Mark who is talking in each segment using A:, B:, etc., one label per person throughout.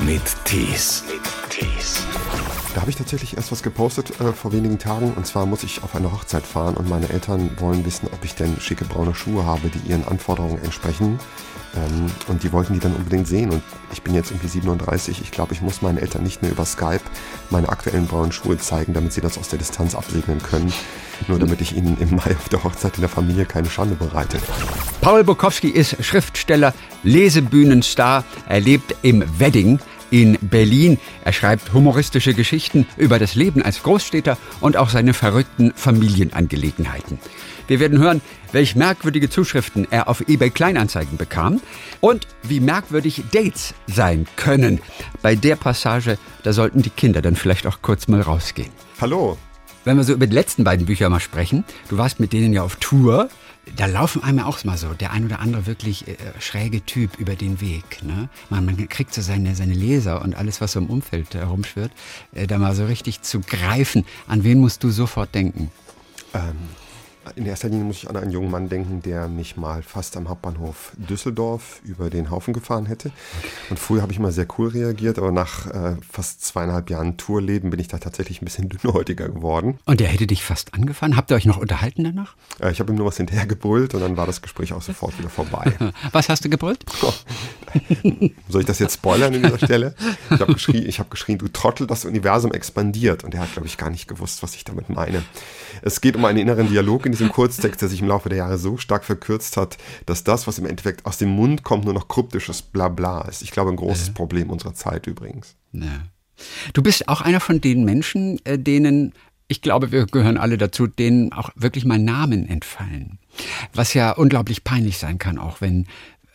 A: mit Tees.
B: Da habe ich tatsächlich erst was gepostet äh, vor wenigen Tagen. Und zwar muss ich auf eine Hochzeit fahren und meine Eltern wollen wissen, ob ich denn schicke braune Schuhe habe, die ihren Anforderungen entsprechen. Ähm, und die wollten die dann unbedingt sehen. Und ich bin jetzt irgendwie 37. Ich glaube, ich muss meinen Eltern nicht mehr über Skype meine aktuellen braunen Schuhe zeigen, damit sie das aus der Distanz absegnen können. Nur damit ich ihnen im Mai auf der Hochzeit in der Familie keine Schande bereite.
C: Paul Bukowski ist Schriftsteller, Lesebühnenstar. Er lebt im Wedding in Berlin. Er schreibt humoristische Geschichten über das Leben als Großstädter und auch seine verrückten Familienangelegenheiten. Wir werden hören, welch merkwürdige Zuschriften er auf eBay Kleinanzeigen bekam und wie merkwürdig Dates sein können. Bei der Passage, da sollten die Kinder dann vielleicht auch kurz mal rausgehen.
B: Hallo,
C: Wenn wir so über die letzten beiden Bücher mal sprechen, du warst mit denen ja auf Tour. Da laufen einem ja auch mal so der ein oder andere wirklich äh, schräge Typ über den Weg. Ne? Man, man kriegt so seine, seine Leser und alles, was so im Umfeld herumschwirrt, äh, da mal so richtig zu greifen. An wen musst du sofort denken?
B: In erster Linie muss ich an einen jungen Mann denken, der mich mal fast am Hauptbahnhof Düsseldorf über den Haufen gefahren hätte. Und früher habe ich mal sehr cool reagiert, aber nach äh, fast zweieinhalb Jahren Tourleben bin ich da tatsächlich ein bisschen dünnhäutiger geworden.
C: Und der hätte dich fast angefangen. Habt ihr euch noch unterhalten danach?
B: Äh, ich habe ihm nur was hinterhergebrüllt und dann war das Gespräch auch sofort wieder vorbei.
C: Äh, Was hast du gebrüllt?
B: Soll ich das jetzt spoilern an dieser Stelle? Ich habe geschrien, ich hab geschrien, du Trottel, das Universum expandiert. Und er hat, glaube ich, gar nicht gewusst, was ich damit meine. Es geht um einen inneren Dialog in diesem Kurztext, der sich im Laufe der Jahre so stark verkürzt hat, dass das, was im Endeffekt aus dem Mund kommt, nur noch kryptisches Blabla ist. Ich glaube, ein großes Problem unserer Zeit übrigens.
C: Ja. Du bist auch einer von den Menschen, äh, denen, ich glaube, wir gehören alle dazu, denen auch wirklich mal Namen entfallen. Was ja unglaublich peinlich sein kann, auch wenn,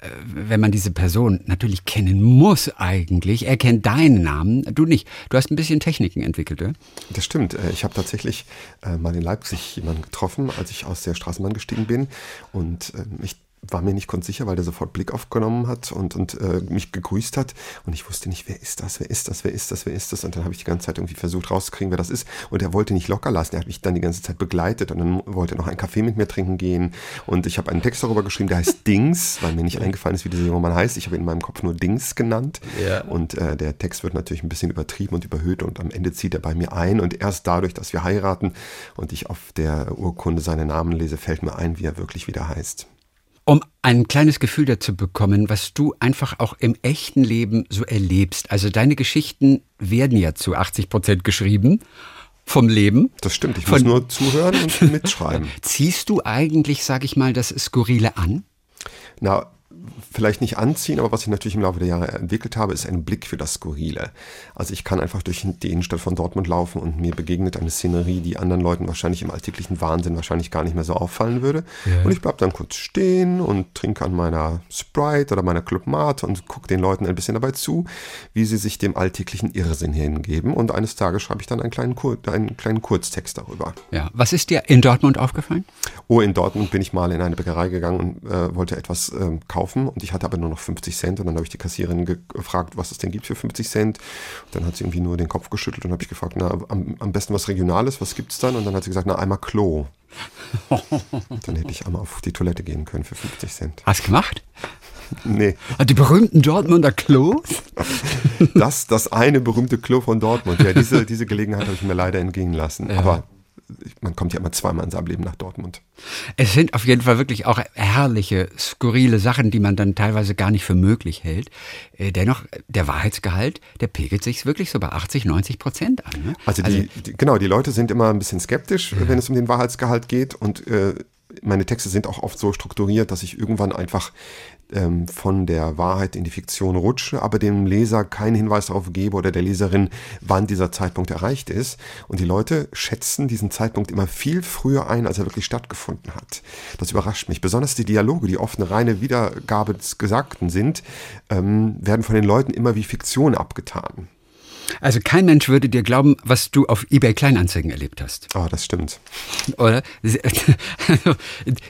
C: äh, wenn man diese Person natürlich kennen muss eigentlich. Er kennt deinen Namen, du nicht. Du hast ein bisschen Techniken entwickelt, oder?
B: Das stimmt. Äh, Ich habe tatsächlich äh, mal in Leipzig jemanden getroffen, als ich aus der Straßenbahn gestiegen bin. Und ähm, ich war mir nicht ganz sicher, weil der sofort Blick aufgenommen hat und, und äh, mich gegrüßt hat. Und ich wusste nicht, wer ist das, wer ist das, wer ist das, wer ist das. Und dann habe ich die ganze Zeit irgendwie versucht rauszukriegen, wer das ist. Und er wollte nicht locker lassen. Er hat mich dann die ganze Zeit begleitet und dann wollte er noch einen Kaffee mit mir trinken gehen. Und ich habe einen Text darüber geschrieben, der heißt Dings, weil mir nicht eingefallen ist, wie dieser junge Mann heißt. Ich habe ihn in meinem Kopf nur Dings genannt.
C: Ja.
B: Und äh, der Text wird natürlich ein bisschen übertrieben und überhöht und am Ende zieht er bei mir ein. Und erst dadurch, dass wir heiraten und ich auf der Urkunde seinen Namen lese, fällt mir ein, wie er wirklich wieder heißt.
C: Um ein kleines Gefühl dazu bekommen, was du einfach auch im echten Leben so erlebst. Also deine Geschichten werden ja zu 80 Prozent geschrieben vom Leben.
B: Das stimmt, ich muss
C: Von-
B: nur zuhören und mitschreiben.
C: Ziehst du eigentlich, sag ich mal, das Skurrile an?
B: Na, vielleicht nicht anziehen, aber was ich natürlich im Laufe der Jahre entwickelt habe, ist ein Blick für das Skurrile. Also ich kann einfach durch die Innenstadt von Dortmund laufen und mir begegnet eine Szenerie, die anderen Leuten wahrscheinlich im alltäglichen Wahnsinn wahrscheinlich gar nicht mehr so auffallen würde. Und ich bleib dann kurz stehen und trinke an meiner Sprite oder meiner Club Mate und gucke den Leuten ein bisschen dabei zu, wie sie sich dem alltäglichen Irrsinn hingeben. Und eines Tages schreibe ich dann einen kleinen, Kur einen kleinen Kurztext darüber.
C: Ja. Was ist dir in Dortmund aufgefallen?
B: Oh, in Dortmund bin ich mal in eine Bäckerei gegangen und äh, wollte etwas ähm, kaufen und ich hatte aber nur noch 50 Cent und dann habe ich die Kassiererin ge- gefragt, was es denn gibt für 50 Cent. Und dann hat sie irgendwie nur den Kopf geschüttelt und habe ich gefragt, na, am, am besten was Regionales, was gibt's dann? Und dann hat sie gesagt, na, einmal Klo. dann hätte ich einmal auf die Toilette gehen können für 50 Cent.
C: Hast gemacht?
B: Nee,
C: Die berühmten Dortmunder Klos?
B: das, das eine berühmte Klo von Dortmund. Ja, diese, diese Gelegenheit habe ich mir leider entgehen lassen. Aber ich- man kommt ja immer zweimal in seinem Leben nach Dortmund.
C: Es sind auf jeden Fall wirklich auch herrliche, skurrile Sachen, die man dann teilweise gar nicht für möglich hält. Äh, Dennoch, der Wahrheitsgehalt, der pegelt sich wirklich so bei 80, 90 Prozent an. Ne?
B: Also, die, die, genau, die Leute sind immer ein bisschen skeptisch, wenn es um den Wahrheitsgehalt geht. Und äh, meine Texte sind auch oft so strukturiert, dass ich irgendwann einfach ähm, von der Wahrheit in die Fiktion rutsche, aber dem Leser keinen Hinweis darauf gebe oder der Leserin, wann dieser Zeitpunkt erreicht ist. Und die Leute schätzen diesen Zeitpunkt immer viel früher ein, als er wirklich stattgefunden hat. Das überrascht mich. Besonders die Dialoge, die oft eine reine Wiedergabe des Gesagten sind, ähm, werden von den Leuten immer wie Fiktion abgetan.
C: also kein Mensch würde dir glauben, was du auf eBay Kleinanzeigen erlebt hast.
B: Ah, das stimmt.
C: Oder?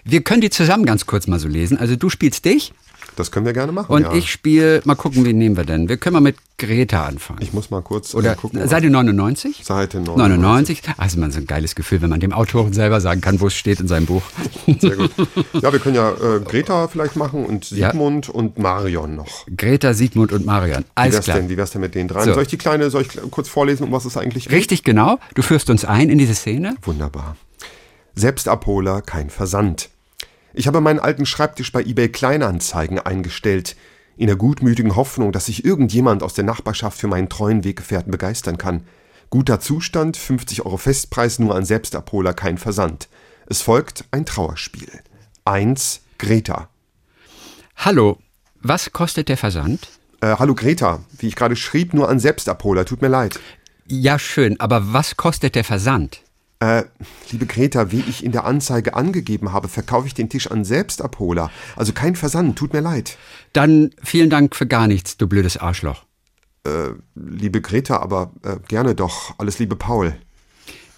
C: Wir können die zusammen ganz kurz mal so lesen. Also du spielst dich
B: Das können wir gerne machen.
C: Und
B: ja.
C: ich spiele, mal gucken, wen nehmen wir denn? Wir können mal mit Greta anfangen.
B: Ich muss mal kurz äh,
C: Oder
B: gucken.
C: Seite 99?
B: Seite 99.
C: 99. Also man so ein geiles Gefühl, wenn man dem Autoren selber sagen kann, wo es steht in seinem Buch.
B: Sehr gut. Ja, wir können ja äh, Greta vielleicht machen und
C: Ja.
B: Sigmund und Marion noch.
C: Greta, Siegmund und Marion.
B: Wie
C: Alles
B: wär's
C: klar.
B: denn? Wie wär's denn mit den dreien?
C: So.
B: Soll ich die kleine, soll ich kl- kurz vorlesen, um was es eigentlich geht?
C: Richtig genau. Du führst uns ein in diese Szene.
B: Wunderbar. Selbstabholer, kein Versand. Ich habe meinen alten Schreibtisch bei eBay Kleinanzeigen eingestellt, in der gutmütigen Hoffnung, dass sich irgendjemand aus der Nachbarschaft für meinen treuen Weggefährten begeistern kann. Guter Zustand, 50 Euro Festpreis nur an Selbstabholer, kein Versand. Es folgt ein Trauerspiel. 1. Greta.
C: Hallo, was kostet der Versand?
B: Äh, hallo Greta, wie ich gerade schrieb, nur an Selbstabholer, tut mir leid.
C: Ja, schön, aber was kostet der Versand?
B: Äh, liebe Greta, wie ich in der Anzeige angegeben habe, verkaufe ich den Tisch an Selbstabholer. Also kein Versand, tut mir leid.
C: Dann vielen Dank für gar nichts, du blödes Arschloch.
B: Liebe Greta, aber äh, gerne doch. Alles liebe Paul.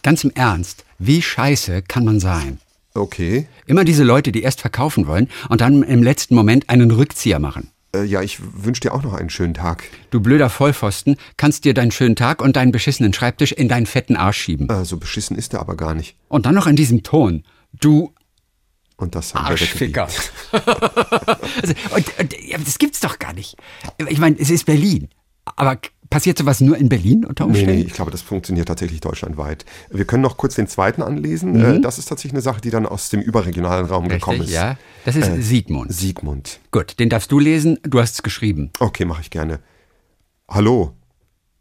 C: Ganz im Ernst, wie scheiße kann man sein?
B: Okay.
C: Immer diese Leute, die erst verkaufen wollen und dann im letzten Moment einen Rückzieher machen.
B: Äh, ja, ich wünsche dir auch noch einen schönen Tag.
C: Du blöder Vollpfosten, kannst dir deinen schönen Tag und deinen beschissenen Schreibtisch in deinen fetten Arsch schieben.
B: Äh, so beschissen ist er aber gar nicht.
C: Und dann noch in diesem Ton. Du
B: Und das haben wir
C: Arschficker.
B: weggelegt.
C: also, und, und, ja, das gibt's doch gar nicht. Ich meine, es ist Berlin. Aber k- passiert sowas nur in Berlin unter
B: Nee,
C: Umständen?
B: nee, ich glaube, das funktioniert tatsächlich deutschlandweit. Wir können noch kurz den zweiten anlesen. Äh, das ist tatsächlich eine Sache, die dann aus dem überregionalen Raum gekommen
C: Mhm. Richtig,
B: ist.
C: ja. Das ist
B: Äh,
C: Siegmund.
B: Siegmund.
C: Gut, den darfst du lesen. Du hast's geschrieben.
B: Okay, mache ich gerne. Hallo.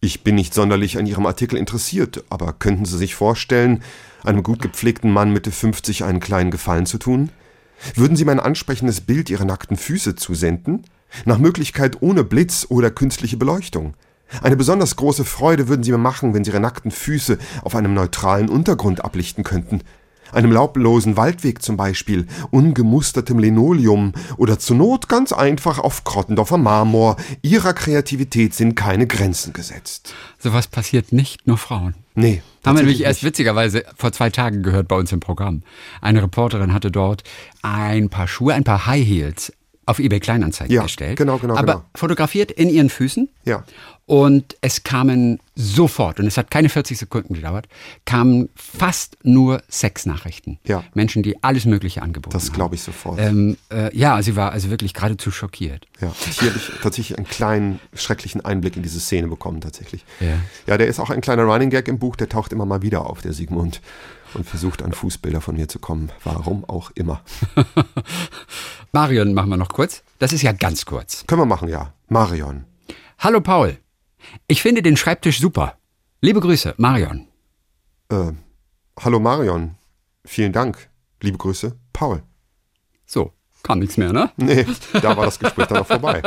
B: Ich bin nicht sonderlich an Ihrem Artikel interessiert, aber könnten Sie sich vorstellen, einem gut gepflegten Mann Mitte 50 einen kleinen Gefallen zu tun? Würden Sie mir ein ansprechendes Bild Ihrer nackten Füße zusenden? Nach Möglichkeit ohne Blitz oder künstliche Beleuchtung. Eine besonders große Freude würden Sie mir machen, wenn Sie Ihre nackten Füße auf einem neutralen Untergrund ablichten könnten. Einem laublosen Waldweg zum Beispiel, ungemustertem Linoleum oder zur Not ganz einfach auf Krottendorfer Marmor. Ihrer Kreativität sind keine Grenzen gesetzt.
C: Sowas passiert nicht nur Frauen.
B: Nee.
C: Haben wir
B: tatsächlich
C: nämlich erst
B: nicht.
C: witzigerweise vor zwei Tagen gehört bei uns im Programm. Eine Reporterin hatte dort ein paar Schuhe, ein paar High Heels auf eBay Kleinanzeigen
B: Ja,
C: gestellt.
B: genau, genau,
C: Aber
B: genau.
C: fotografiert in ihren Füßen.
B: Ja.
C: Und es kamen sofort, und es hat keine 40 Sekunden gedauert, kamen fast nur Sexnachrichten.
B: Ja.
C: Menschen, die alles Mögliche angeboten
B: Das
C: haben.
B: glaube ich sofort.
C: Ähm, äh, ja, sie war also wirklich geradezu schockiert.
B: Ja, und hier habe ich tatsächlich einen kleinen, schrecklichen Einblick in diese Szene bekommen, tatsächlich.
C: Ja.
B: ja, der ist auch ein kleiner Running Gag im Buch, der taucht immer mal wieder auf, der Sigmund, und versucht an Fußbilder von mir zu kommen. Warum auch immer.
C: Marion machen wir noch kurz. Das ist ja ganz kurz.
B: Können wir machen, ja. Marion.
C: Hallo Paul. Ich finde den Schreibtisch super. Liebe Grüße, Marion.
B: Äh, hallo Marion. Vielen Dank. Liebe Grüße, Paul.
C: So, kam nichts mehr, ne?
B: Nee, da war das Gespräch dann auch vorbei.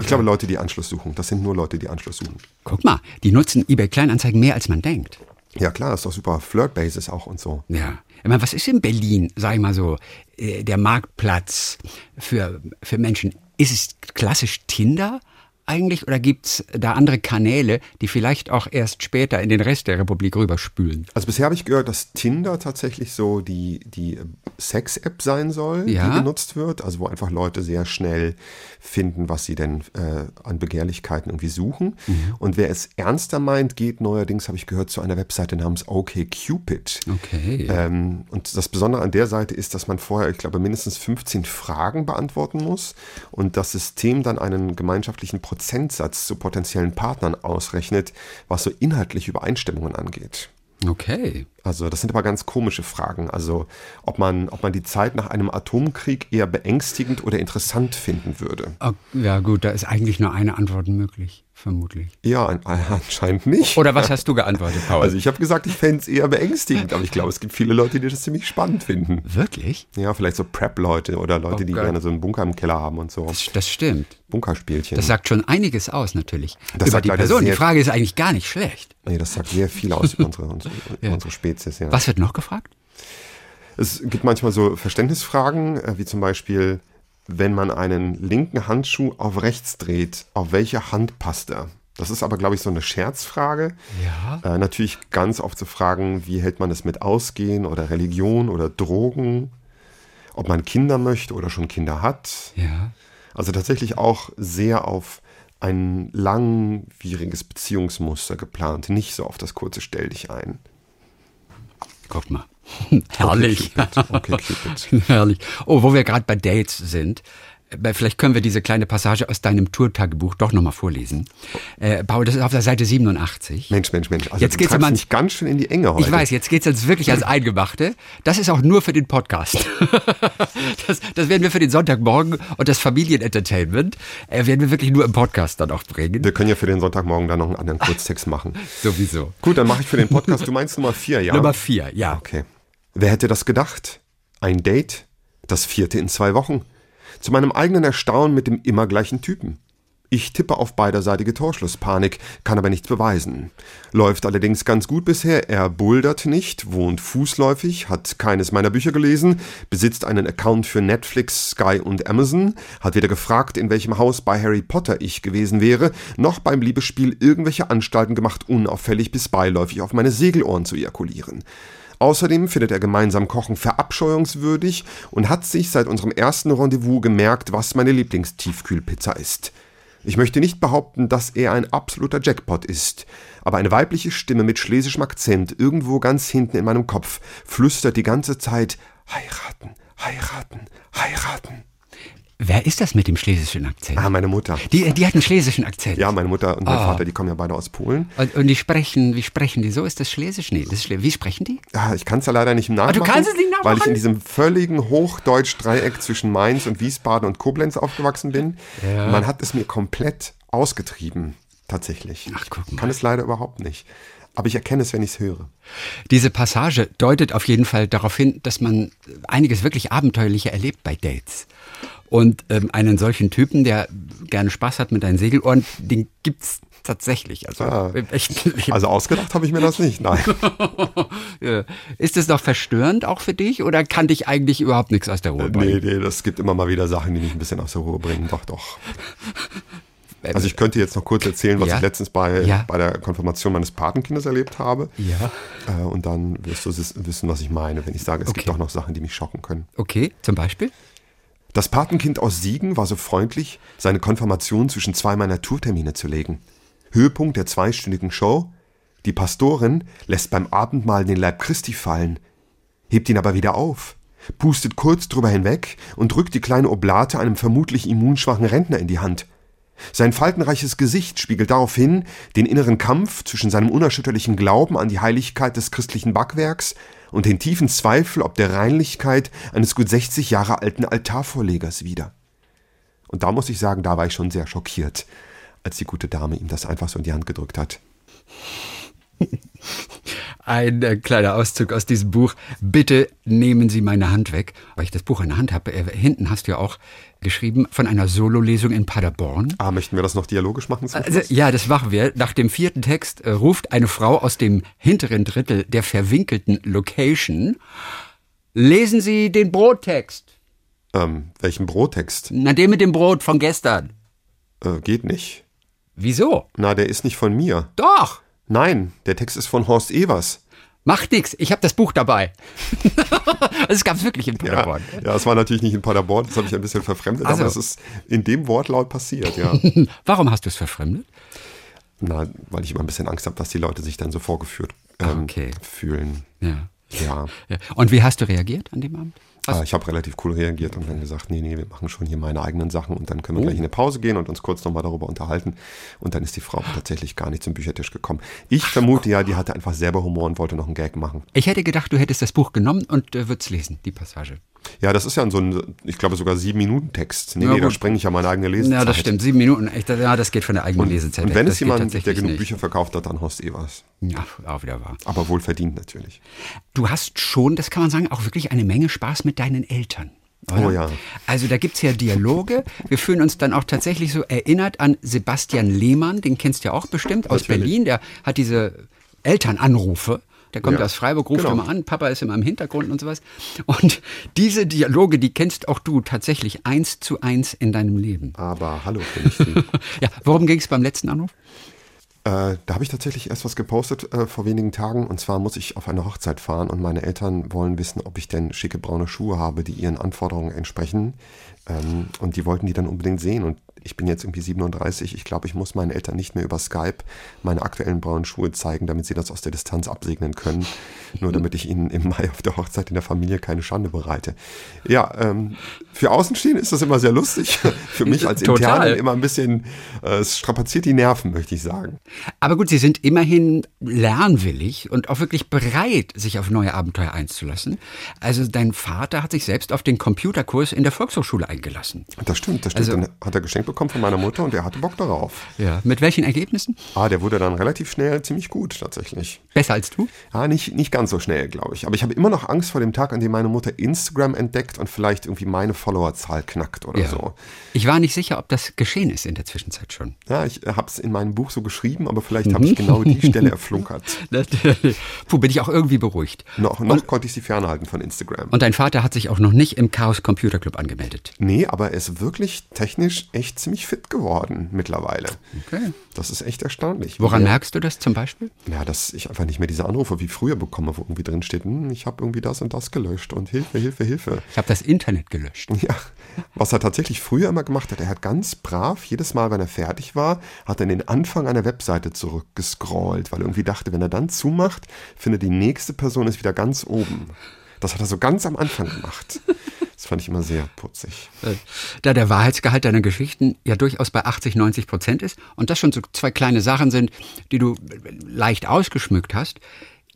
B: Ich glaube, Leute, die Anschluss suchen. Das sind nur Leute, die Anschluss suchen.
C: Guck mal, die nutzen eBay Kleinanzeigen mehr, als man denkt.
B: Ja, klar, ist doch super. Flirtbases auch und so.
C: Ja. Ich meine, was ist in Berlin, sag ich mal so, äh, der Marktplatz für, für Menschen? Ist es klassisch Tinder eigentlich oder gibt's da andere Kanäle, die vielleicht auch erst später in den Rest der Republik rüberspülen?
B: Also bisher habe ich gehört, dass Tinder tatsächlich so die, die Sex-App sein soll,
C: Ja.
B: die genutzt wird. Also wo einfach Leute sehr schnell finden, was sie denn äh, an Begehrlichkeiten irgendwie suchen. Und wer es ernster meint, geht neuerdings, habe ich gehört, zu einer Webseite namens OKCupid.
C: Okay.
B: Ähm, und das Besondere an der Seite ist, dass man vorher, ich glaube, mindestens 15 Fragen beantworten muss und das System dann einen gemeinschaftlichen Prozentsatz zu potenziellen Partnern ausrechnet, was so inhaltlich Übereinstimmungen angeht.
C: Okay.
B: Also das sind aber ganz komische Fragen. Also ob man, ob man die Zeit nach einem Atomkrieg eher beängstigend oder interessant finden würde.
C: Oh, ja gut, da ist eigentlich nur eine Antwort möglich, vermutlich.
B: Ja, an, anscheinend nicht.
C: Oder was hast du geantwortet, Paul?
B: also ich habe gesagt, ich fände es eher beängstigend, aber ich glaube, es gibt viele Leute, die das ziemlich spannend finden.
C: Wirklich?
B: Ja, vielleicht so Prep-Leute oder Leute, die
C: geil.
B: gerne so einen Bunker im Keller haben und so.
C: Das, das stimmt.
B: Bunkerspielchen.
C: Das sagt schon einiges aus, natürlich.
B: Das
C: über
B: sagt
C: die
B: leider
C: Person. Die
B: sehr-
C: Frage ist eigentlich gar nicht schlecht.
B: nee, das sagt sehr viel aus über unsere, uns, über unsere Spezies. Ja.
C: Was wird noch gefragt?
B: Es gibt manchmal so Verständnisfragen, äh, wie zum Beispiel, wenn man einen linken Handschuh auf rechts dreht, auf welche Hand passt er? Das ist aber, glaube ich, so eine Scherzfrage.
C: Ja.
B: Äh, natürlich ganz oft zu fragen, wie hält man es mit Ausgehen oder Religion oder Drogen? ob man Kinder möchte oder schon Kinder hat.
C: Ja.
B: Also tatsächlich auch sehr auf ein langwieriges Beziehungsmuster geplant, nicht so auf das kurze Stell dich ein.
C: Guck mal. Herrlich.
B: Cupid. Okay, Cupid.
C: Herrlich. Oh, wo wir gerade bei Dates sind. äh, Vielleicht können wir diese kleine Passage aus deinem Tourtagebuch doch nochmal vorlesen. Äh, Paul, das ist auf der Seite 87.
B: Mensch, Mensch, Mensch. Also
C: Jetzt
B: du
C: geht's
B: treibst
C: aber ans-
B: mich ganz schön in die Enge heute.
C: Ich weiß, jetzt geht's jetzt wirklich ans Eingemachte. Das ist auch nur für den Podcast. Das, das werden wir für den Sonntagmorgen und das Familienentertainment äh, werden wir wirklich nur im Podcast dann auch bringen.
B: Wir können ja für den Sonntagmorgen dann noch einen anderen Kurztext machen.
C: Sowieso.
B: Gut, dann mache ich für den Podcast. Du meinst Nummer vier, ja?
C: Nummer vier, ja.
B: Okay. Wer hätte das gedacht? Ein Date? Das vierte in zwei Wochen? Zu meinem eigenen Erstaunen mit dem immer gleichen Typen. Ich tippe auf beiderseitige Torschlusspanik, kann aber nichts beweisen. Läuft allerdings ganz gut bisher, er bouldert nicht, wohnt fußläufig, hat keines meiner Bücher gelesen, besitzt einen Account für Netflix, Sky und Amazon, hat weder gefragt, in welchem Haus bei Harry Potter ich gewesen wäre, noch beim Liebesspiel irgendwelche Anstalten gemacht, unauffällig bis beiläufig auf meine Segelohren zu ejakulieren. Außerdem findet er gemeinsam Kochen verabscheuungswürdig und hat sich seit unserem ersten Rendezvous gemerkt, was meine Lieblingstiefkühlpizza ist. Ich möchte nicht behaupten, dass er ein absoluter Jackpot ist, aber eine weibliche Stimme mit schlesischem Akzent irgendwo ganz hinten in meinem Kopf flüstert die ganze Zeit heiraten, heiraten, heiraten.
C: Wer ist das mit dem schlesischen Akzent?
B: Ah, meine Mutter.
C: Die, die hat einen schlesischen Akzent.
B: Ja, meine Mutter und mein Vater, die kommen ja beide aus Polen.
C: Und, und die sprechen, wie sprechen die? So ist das Schlesisch? Nee, das ist, Schle- wie sprechen die?
B: Ja, ich kann es ja leider nicht nachmachen.
C: du kannst es nicht
B: Weil ich
C: nachmachen?
B: in diesem völligen Hochdeutsch-Dreieck zwischen Mainz und Wiesbaden und Koblenz aufgewachsen bin. Man hat es mir komplett ausgetrieben, tatsächlich.
C: Ach, guck
B: Ich kann es leider überhaupt nicht. Aber ich erkenne es, wenn ich es höre.
C: Diese Passage deutet auf jeden Fall darauf hin, dass man einiges wirklich Abenteuerlicher erlebt bei Dates. Und ähm, einen solchen Typen, der gerne Spaß hat mit deinen Segelohren, den gibt's tatsächlich. Also im echten Leben.
B: Ah. Also ausgedacht habe ich mir das nicht, nein.
C: Oh Äh, Ist es noch verstörend auch für dich oder kann dich eigentlich überhaupt nichts aus der Ruhe bringen?
B: Äh, nee, nee, das gibt immer mal wieder Sachen, die mich ein bisschen aus der Ruhe bringen. Doch, doch. Also ich könnte jetzt noch kurz erzählen, was
C: Ja.
B: ich letztens bei,
C: Ja.
B: bei der Konfirmation meines Patenkindes erlebt habe.
C: Ja.
B: Äh, und dann wirst du es wissen, was ich meine, wenn ich sage, es gibt
C: Okay.
B: doch noch Sachen, die mich schocken können.
C: Okay, zum Beispiel?
B: Das Patenkind aus Siegen war so freundlich, seine Konfirmation zwischen zwei meiner Tourtermine zu legen. Höhepunkt der zweistündigen Show? Die Pastorin lässt beim Abendmahl den Leib Christi fallen, hebt ihn aber wieder auf, pustet kurz drüber hinweg und drückt die kleine Oblate einem vermutlich immunschwachen Rentner in die Hand. Sein faltenreiches Gesicht spiegelt darauf hin, den inneren Kampf zwischen seinem unerschütterlichen Glauben an die Heiligkeit des christlichen Backwerks und den tiefen Zweifel ob der Reinlichkeit eines gut 60 Jahre alten Altarvorlegers wider. Und da muss ich sagen, da war ich schon sehr schockiert, als die gute Dame ihm das einfach so in die Hand gedrückt hat.
C: Ein äh, kleiner Auszug aus diesem Buch. Bitte nehmen Sie meine Hand weg, weil ich das Buch in der Hand habe. Äh, hinten hast du ja auch geschrieben von einer Sololesung in Paderborn.
B: Ah, möchten wir das noch dialogisch machen? zum
C: Also,
B: Schluss?
C: ja, das machen wir. Nach dem vierten Text äh, ruft eine Frau aus dem hinteren Drittel der verwinkelten Location. Lesen Sie den Brottext.
B: ähm, welchen Brottext?
C: Na, den mit dem Brot von gestern.
B: Äh, geht nicht.
C: Wieso?
B: Na, der ist nicht von mir.
C: Doch.
B: Nein, der Text ist von Horst Evers.
C: Macht nix. Ich habe das Buch dabei. Es gab's wirklich in
B: Ja,
C: Paderborn.
B: ja, es war natürlich nicht in Paderborn, das habe ich ein bisschen verfremdet,
C: Also.
B: aber es ist in dem Wortlaut passiert, ja.
C: Warum hast du es verfremdet?
B: Na, weil ich immer ein bisschen Angst habe, dass die Leute sich dann so vorgeführt ähm,
C: Okay.
B: fühlen.
C: Ja.
B: Ja.
C: Ja. Und wie hast du reagiert an dem Abend?
B: Aber ich habe relativ cool reagiert und dann gesagt, nee, nee, wir machen schon hier meine eigenen Sachen und dann können wir
C: Oh.
B: gleich in eine Pause gehen und uns kurz nochmal darüber unterhalten. Und dann ist die Frau tatsächlich gar nicht zum Büchertisch gekommen. Ich vermute ja, die hatte einfach selber Humor und wollte noch einen Gag machen.
C: Ich hätte gedacht, du hättest das Buch genommen und äh, würdest lesen, die Passage.
B: Ja, das ist ja so ein, ich glaube sogar sieben Minuten Text. Nee,
C: Ja,
B: nee, da
C: gut.
B: spreng ich ja meine eigene Lesezeit.
C: Ja, das stimmt. Sieben Minuten. Echt, ja, das geht von der eigenen Lesezeit.
B: Und
C: weg.
B: wenn
C: das
B: es
C: geht
B: jemand gibt, der
C: tatsächlich
B: genug
C: nicht.
B: Bücher verkauft hat, dann Horst Evers.
C: Ja, auch wieder wahr.
B: Aber wohlverdient natürlich.
C: Du hast schon, das kann man sagen, auch wirklich eine Menge Spaß mit deinen Eltern. Oder?
B: Oh ja.
C: Also da gibt's ja Dialoge. Wir fühlen uns dann auch tatsächlich so erinnert an Sebastian Lehmann, den kennst du ja auch bestimmt aus
B: Natürlich.
C: Berlin. Der hat diese Elternanrufe. Der kommt
B: Ja,
C: aus Freiburg, ruft
B: genau.
C: immer an, Papa ist immer im Hintergrund und sowas. Und diese Dialoge, die kennst auch du tatsächlich eins zu eins in deinem Leben.
B: Aber hallo, finde ich die.
C: Ja, worum ging's beim letzten Anruf?
B: Äh, da habe ich tatsächlich erst was gepostet äh, vor wenigen Tagen. Und zwar muss ich auf eine Hochzeit fahren und meine Eltern wollen wissen, ob ich denn schicke braune Schuhe habe, die ihren Anforderungen entsprechen. Ähm, und die wollten die dann unbedingt sehen. Und ich bin jetzt irgendwie 37. Ich glaube, ich muss meinen Eltern nicht mehr über Skype meine aktuellen braunen Schuhe zeigen, damit sie das aus der Distanz absegnen können. Nur damit ich ihnen im Mai auf der Hochzeit in der Familie keine Schande bereite. Ja, ähm, für Außenstehende ist das immer sehr lustig. für mich als
C: Total.
B: Internen immer ein bisschen, äh, es strapaziert die Nerven, möchte ich sagen.
C: Aber gut, Sie sind immerhin lernwillig und auch wirklich bereit, sich auf neue Abenteuer einzulassen. Also dein Vater hat sich selbst auf den Computerkurs in der Volkshochschule eingelassen.
B: Das stimmt, das stimmt.
C: Also-
B: dann hat er geschenkt bekommen von meiner Mutter und er hatte Bock darauf.
C: Ja. Mit welchen Ergebnissen?
B: Ah, der wurde dann relativ schnell ziemlich gut tatsächlich.
C: Besser als du?
B: Ah, nicht, nicht ganz so schnell, glaube ich. Aber ich habe immer noch Angst vor dem Tag, an dem meine Mutter Instagram entdeckt und vielleicht irgendwie meine Followerzahl knackt oder so.
C: Ich war nicht sicher, ob das geschehen ist in der Zwischenzeit schon.
B: Ja, ich habe es in meinem Buch so geschrieben, aber vielleicht habe ich
C: Mhm.
B: genau die Stelle erflunkert.
C: Puh, bin ich auch irgendwie beruhigt.
B: Noch, noch konnte ich sie fernhalten von Instagram.
C: Und dein Vater hat sich auch noch nicht im Chaos Computer Club angemeldet.
B: Nee, aber er ist wirklich technisch echt ziemlich fit geworden mittlerweile.
C: Okay.
B: Das ist echt erstaunlich.
C: Woran
B: ja,
C: merkst du das zum Beispiel?
B: ja, dass ich einfach nicht mehr diese Anrufe wie früher bekomme, wo irgendwie drin steht, hm, ich habe irgendwie das und das gelöscht und Hilfe, Hilfe, Hilfe.
C: Ich habe das Internet gelöscht.
B: Ja, was er tatsächlich früher immer gemacht hat, er hat ganz brav, jedes Mal, wenn er fertig war, hat er in den Anfang einer Webseite zurückgescrollt, weil er irgendwie dachte, wenn er dann zumacht, findet die nächste Person ist wieder ganz oben. Das hat er so ganz am Anfang gemacht. Das fand ich immer sehr putzig.
C: Äh, Da der Wahrheitsgehalt deiner Geschichten ja durchaus bei 80, 90 Prozent ist und das schon so zwei kleine Sachen sind, die du äh, leicht ausgeschmückt hast,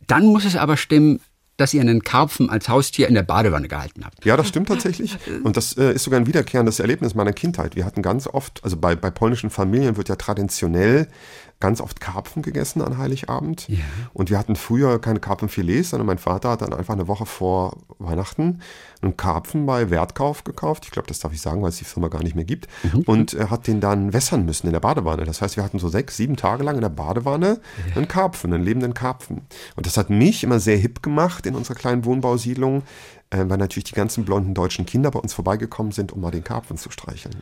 C: dann muss es aber stimmen, dass ihr einen Karpfen als Haustier in der Badewanne gehalten habt.
B: Ja, das stimmt tatsächlich. Und das äh, ist sogar ein wiederkehrendes Erlebnis meiner Kindheit. Wir hatten ganz oft, also bei, bei polnischen Familien wird ja traditionell ganz oft Karpfen gegessen an Heiligabend. Und wir hatten früher keine Karpfenfilets, sondern mein Vater hat dann einfach eine Woche vor Weihnachten einen Karpfen bei Wertkauf gekauft. Ich glaube, das darf ich sagen, weil es die Firma gar nicht mehr gibt. Und äh, hat den dann wässern müssen in der Badewanne. Das heißt, wir hatten so sechs, sieben Tage lang in der Badewanne einen Karpfen, einen lebenden Karpfen. Und das hat mich immer sehr hip gemacht in unserer kleinen Wohnbausiedlung äh, weil natürlich die ganzen blonden deutschen Kinder bei uns vorbeigekommen sind, um mal den Karpfen zu streicheln.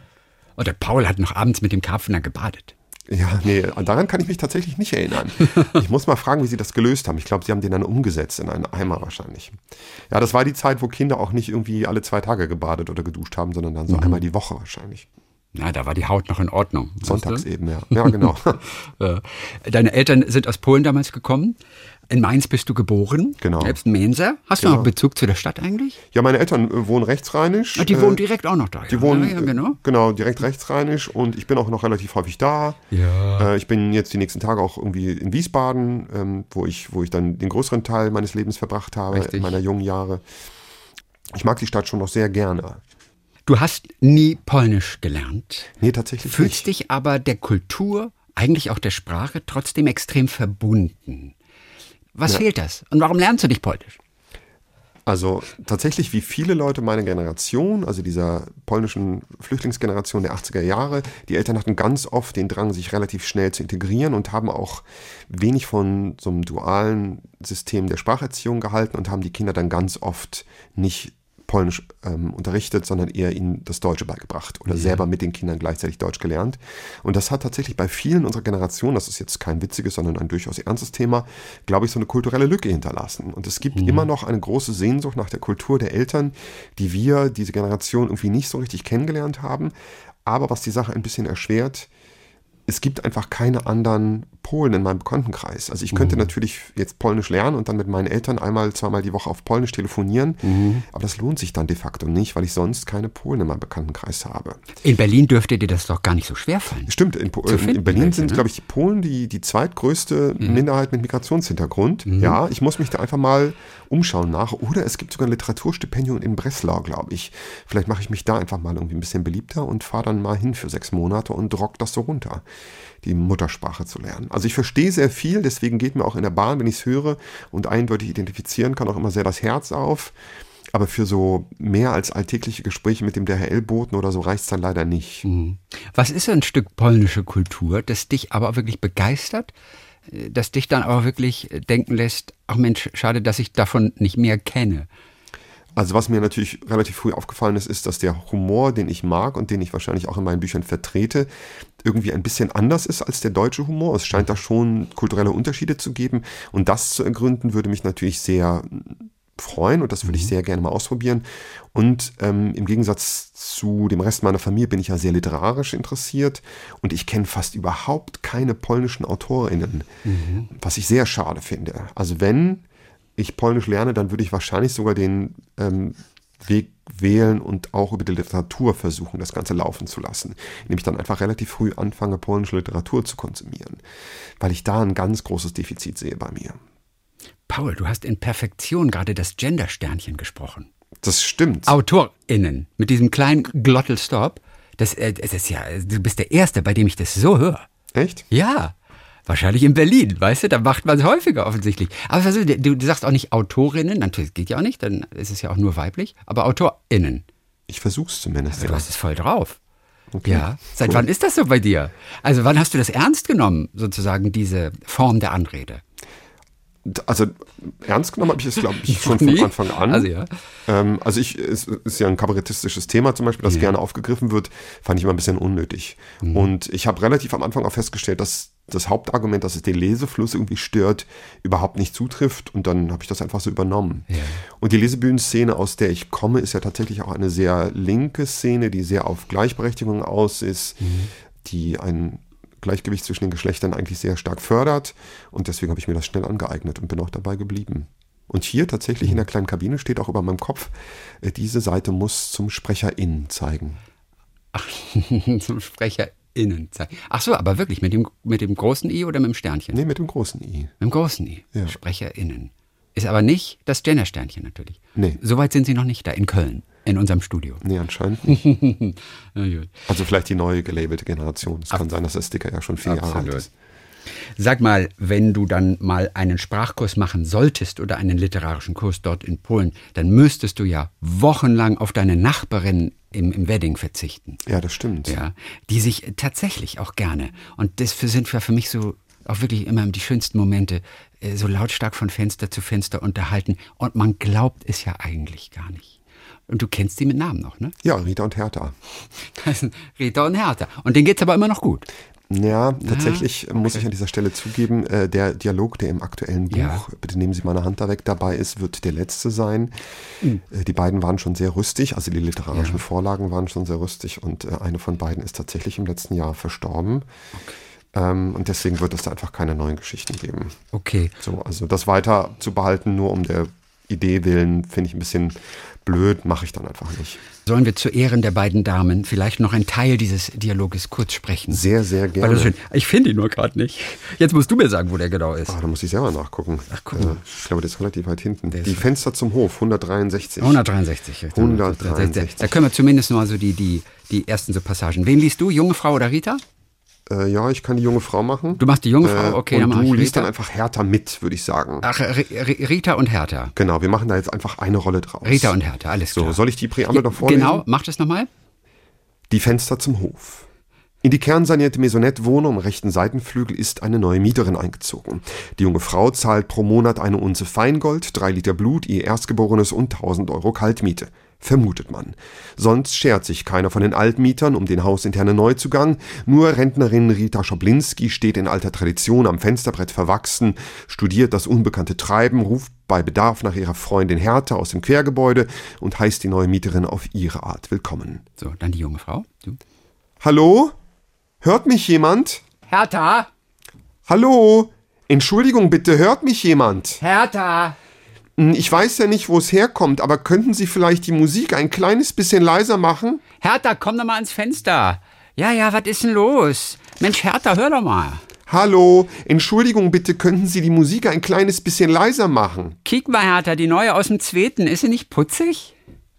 C: Und der Paul hat noch abends mit dem Karpfen dann gebadet.
B: Ja, nee, daran kann ich mich tatsächlich nicht erinnern. Ich muss mal fragen, wie sie das gelöst haben. Ich glaube, sie haben den dann umgesetzt in einen Eimer wahrscheinlich. Ja, das war die Zeit, wo Kinder auch nicht irgendwie alle zwei Tage gebadet oder geduscht haben, sondern dann so einmal die Woche wahrscheinlich.
C: Na, da war die Haut noch in Ordnung. weißt
B: Sonntags
C: du?
B: eben, ja. Ja, genau.
C: Äh, Deine Eltern sind aus Polen damals gekommen. In Mainz bist du geboren.
B: Genau.
C: Selbst Mensa. Hast du noch Bezug zu der Stadt eigentlich?
B: Ja, meine Eltern äh, wohnen rechtsrheinisch.
C: Ah, die
B: äh,
C: wohnen direkt auch noch da.
B: Die wohnen
C: ja,
B: äh,
C: genau.
B: genau direkt rechtsrheinisch und ich bin auch noch relativ häufig da.
C: Ja.
B: Äh, ich bin jetzt die nächsten Tage auch irgendwie in Wiesbaden, ähm, wo ich wo ich dann den größeren Teil meines Lebens verbracht habe
C: Richtig.
B: in meiner jungen Jahre. Ich mag die Stadt schon noch sehr gerne.
C: Du hast nie Polnisch gelernt,
B: Nee, tatsächlich nicht.
C: fühlst dich aber der Kultur, eigentlich auch der Sprache, trotzdem extrem verbunden. Was fehlt das? Und warum lernst du nicht Polnisch?
B: Also tatsächlich wie viele Leute meiner Generation, also dieser polnischen Flüchtlingsgeneration der 80er Jahre, die Eltern hatten ganz oft den Drang, sich relativ schnell zu integrieren und haben auch wenig von so einem dualen System der Spracherziehung gehalten und haben die Kinder dann ganz oft nicht Polnisch ähm, unterrichtet, sondern eher ihnen das Deutsche beigebracht oder selber mit den Kindern gleichzeitig Deutsch gelernt. Und das hat tatsächlich bei vielen unserer Generation, das ist jetzt kein witziges, sondern ein durchaus ernstes Thema, glaube ich, so eine kulturelle Lücke hinterlassen. Und es gibt immer noch eine große Sehnsucht nach der Kultur der Eltern, die wir, diese Generation, irgendwie nicht so richtig kennengelernt haben. Aber was die Sache ein bisschen erschwert, es gibt einfach keine anderen Polen in meinem Bekanntenkreis. Also ich könnte natürlich jetzt Polnisch lernen und dann mit meinen Eltern einmal, zweimal die Woche auf Polnisch telefonieren, aber das lohnt sich dann de facto nicht, weil ich sonst keine Polen in meinem Bekanntenkreis habe.
C: In Berlin dürfte dir das doch gar nicht so schwer fallen.
B: Stimmt, in, Po- äh, in,
C: finden
B: in Berlin
C: welche,
B: sind,
C: ne? Mhm.
B: glaube ich, die Polen die, die zweitgrößte Minderheit mit Migrationshintergrund. Ja, ich muss mich da einfach mal umschauen nach. Oder es gibt sogar ein Literaturstipendium in Breslau, glaube ich. Vielleicht mache ich mich da einfach mal irgendwie ein bisschen beliebter und fahre dann mal hin für sechs Monate und rock das so runter, die Muttersprache zu lernen. Also ich verstehe sehr viel, deswegen geht mir auch in der Bahn, wenn ich es höre und eindeutig identifizieren kann, auch immer sehr das Herz auf. Aber für so mehr als alltägliche Gespräche mit dem DHL-Boten oder so reicht es dann leider nicht.
C: Was ist ein Stück polnische Kultur, das dich aber auch wirklich begeistert, äh, das dich dann auch wirklich äh, denken lässt, ach Mensch, schade, dass ich davon nicht mehr kenne.
B: Also was mir natürlich relativ früh aufgefallen ist, ist, dass der Humor, den ich mag und den ich wahrscheinlich auch in meinen Büchern vertrete, irgendwie ein bisschen anders ist als der deutsche Humor. Es scheint da schon kulturelle Unterschiede zu geben. Und das zu ergründen, würde mich natürlich sehr freuen und das würde ich sehr gerne mal ausprobieren. Und ähm, im Gegensatz zu dem Rest meiner Familie bin ich ja sehr literarisch interessiert und ich kenne fast überhaupt keine polnischen Autorinnen, mhm. was ich sehr schade finde. Also wenn ich Polnisch lerne, dann würde ich wahrscheinlich sogar den ähm, Weg wählen und auch über die Literatur versuchen, das Ganze laufen zu lassen. Nämlich dann einfach relativ früh anfange, polnische Literatur zu konsumieren, weil ich da ein ganz großes Defizit sehe bei mir.
C: Paul, du hast in Perfektion gerade das Gender-Sternchen gesprochen.
B: Das stimmt.
C: AutorInnen mit diesem kleinen Glottelstop. Das, äh, das ist ja, du bist der Erste, bei dem ich das so höre.
B: Echt?
C: Ja. Wahrscheinlich in Berlin, weißt du, da macht man es häufiger offensichtlich. Aber also, du, du sagst auch nicht Autorinnen, natürlich geht ja auch nicht, dann ist es ja auch nur weiblich, aber AutorInnen.
B: Ich versuch's zumindest.
C: Also, du hast es voll drauf. Okay. Ja. Seit cool. wann ist das so bei dir? Also wann hast du das ernst genommen, sozusagen diese Form der Anrede?
B: also ernst genommen habe ich es, glaube ich, schon nee. von Anfang an.
C: Also, ja.
B: Ähm, also ich, es ist ja ein kabarettistisches Thema zum Beispiel, das ja. gerne aufgegriffen wird, fand ich immer ein bisschen unnötig. Mhm. Und ich habe relativ am Anfang auch festgestellt, dass das Hauptargument, dass es den Lesefluss irgendwie stört, überhaupt nicht zutrifft. Und dann habe ich das einfach so übernommen. Ja. Und die Lesebühnenszene, aus der ich komme, ist ja tatsächlich auch eine sehr linke Szene, die sehr auf Gleichberechtigung aus ist, mhm. die ein Gleichgewicht zwischen den Geschlechtern eigentlich sehr stark fördert. Und deswegen habe ich mir das schnell angeeignet und bin auch dabei geblieben. Und hier tatsächlich in der kleinen Kabine steht auch über meinem Kopf, äh, diese Seite muss zum SprecherInnen zeigen.
C: Ach, zum SprecherInnen zeigen. Ach so, aber wirklich mit dem, mit dem großen I oder mit dem Sternchen?
B: Nee, mit dem großen I.
C: Mit dem großen I.
B: Ja.
C: SprecherInnen. Ist aber nicht das Gender-Sternchen natürlich.
B: Nee.
C: Soweit sind sie noch nicht da in Köln. In unserem Studio.
B: Nee, anscheinend nicht. also vielleicht die neue gelabelte Generation. Es kann Ab sein, dass der Sticker ja schon vier Absolut. Jahre alt ist.
C: Sag mal, wenn du dann mal einen Sprachkurs machen solltest oder einen literarischen Kurs dort in Polen, dann müsstest du ja wochenlang auf deine Nachbarin im, im Wedding verzichten.
B: Ja, das stimmt.
C: Ja, die sich tatsächlich auch gerne. Und das sind ja für mich so auch wirklich immer die schönsten Momente, äh, so lautstark von Fenster zu Fenster unterhalten. Und man glaubt es ja eigentlich gar nicht. Und du kennst die mit Namen noch, ne?
B: Ja, Rita und Hertha.
C: Das sind Rita und Hertha. Und denen geht's aber immer noch gut.
B: Ja, tatsächlich ah, okay. muss ich an dieser Stelle zugeben, äh, der Dialog, der im aktuellen Buch, ja. bitte nehmen Sie meine Hand da weg, dabei ist, wird der letzte sein. Mhm. Äh, die beiden waren schon sehr rüstig, also die literarischen ja. Vorlagen waren schon sehr rüstig und äh, eine von beiden ist tatsächlich im letzten Jahr verstorben. Okay. Ähm, und deswegen wird es da einfach keine neuen Geschichten geben.
C: Okay.
B: So, also das weiter zu behalten, nur um der Idee willen, finde ich ein bisschen blöd, mache ich dann einfach nicht.
C: Sollen wir zu Ehren der beiden Damen vielleicht noch einen Teil dieses Dialoges kurz sprechen?
B: Sehr, sehr gerne.
C: Also schön, ich finde ihn nur gerade nicht. Jetzt musst du mir sagen, wo der genau ist.
B: Ah, da muss ich selber nachgucken.
C: Ach, guck mal. Äh,
B: ich glaube, der ist relativ weit hinten. Die Fenster zum Hof, 163.
C: 163.
B: 163.
C: genau, Da können wir zumindest mal so die, die, die ersten so Passagen. Wen liest du, junge Frau oder Rita?
B: Äh, ja, ich kann die junge Frau machen.
C: Du machst die junge Frau, okay.
B: Äh, und dann du liest Rita. dann einfach Hertha mit, würde ich sagen.
C: Ach, R R Rita und Hertha.
B: Genau, wir machen da jetzt einfach eine Rolle draus.
C: Rita und Hertha, alles klar.
B: So, soll ich die Präambel ja, noch vorlesen?
C: Genau, mach das nochmal.
B: Die Fenster zum Hof. In die kernsanierte Maisonette-Wohnung am rechten Seitenflügel ist eine neue Mieterin eingezogen. Die junge Frau zahlt pro Monat eine Unze Feingold, drei Liter Blut, ihr Erstgeborenes und 1000 Euro Kaltmiete vermutet man. Sonst schert sich keiner von den Altmietern um den hausinternen Neuzugang, nur Rentnerin Rita Schoblinski steht in alter Tradition am Fensterbrett verwachsen, studiert das unbekannte Treiben, ruft bei Bedarf nach ihrer Freundin Hertha aus dem Quergebäude und heißt die neue Mieterin auf ihre Art willkommen.
C: So, dann die junge Frau. Du.
B: Hallo? Hört mich jemand?
C: Hertha?
B: Hallo? Entschuldigung bitte, hört mich jemand? Hm,
C: Hertha?
B: Ich weiß ja nicht, wo es herkommt, aber könnten Sie vielleicht die Musik ein kleines bisschen leiser machen?
C: Hertha, komm doch mal ans Fenster. Ja, ja, was ist denn los? Mensch, Hertha, hör doch mal.
B: Hallo, Entschuldigung bitte, könnten Sie die Musik ein kleines bisschen leiser machen?
C: Kiek mal, Hertha, die neue aus dem Zweiten, ist sie nicht putzig?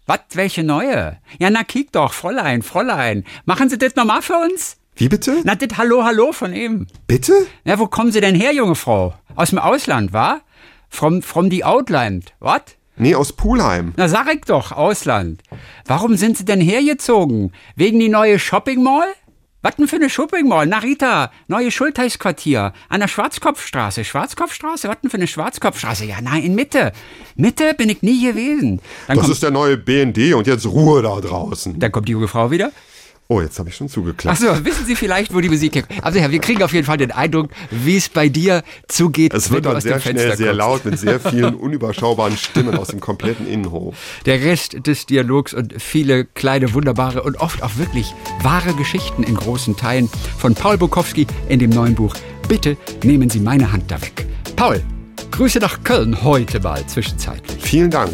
C: Was, welche neue? Ja, na, kiek doch, Fräulein, Fräulein. Machen Sie das nochmal für uns?
B: Wie bitte?
C: Na, das Hallo, Hallo von eben.
B: Bitte?
C: Na, wo kommen Sie denn her, junge Frau? Aus dem Ausland, wa? From, from the Outland. Was?
B: Nee, aus Pulheim.
C: Na, sag ich doch, Ausland. Warum sind Sie denn hergezogen? Wegen die neue Shopping Mall? Was denn für eine Shopping Mall? Narita, neue Schultheißquartier, an der Schwarzkopfstraße. Schwarzkopfstraße? Was denn für eine Schwarzkopfstraße? Ja, nein, in Mitte. Mitte bin ich nie gewesen. Dann,
B: Das
C: kommt,
B: ist der neue BND und jetzt Ruhe da draußen.
C: dann kommt die junge Frau wieder.
B: Oh, jetzt habe ich schon zugeklappt.
C: Achso, wissen Sie vielleicht, wo die Musik herkommt? Also ja, wir kriegen auf jeden Fall den Eindruck, wie es bei dir zugeht,
B: Es wird
C: wenn du
B: dann
C: aus dem
B: sehr
C: Fenster
B: schnell sehr
C: guckst.
B: laut mit sehr vielen unüberschaubaren Stimmen aus dem kompletten Innenhof.
C: Der Rest des Dialogs und viele kleine, wunderbare und oft auch wirklich wahre Geschichten in großen Teilen von Paul Bukowski in dem neuen Buch Bitte nehmen Sie meine Hand da weg. Paul, Grüße nach Köln heute mal zwischenzeitlich.
B: Vielen Dank.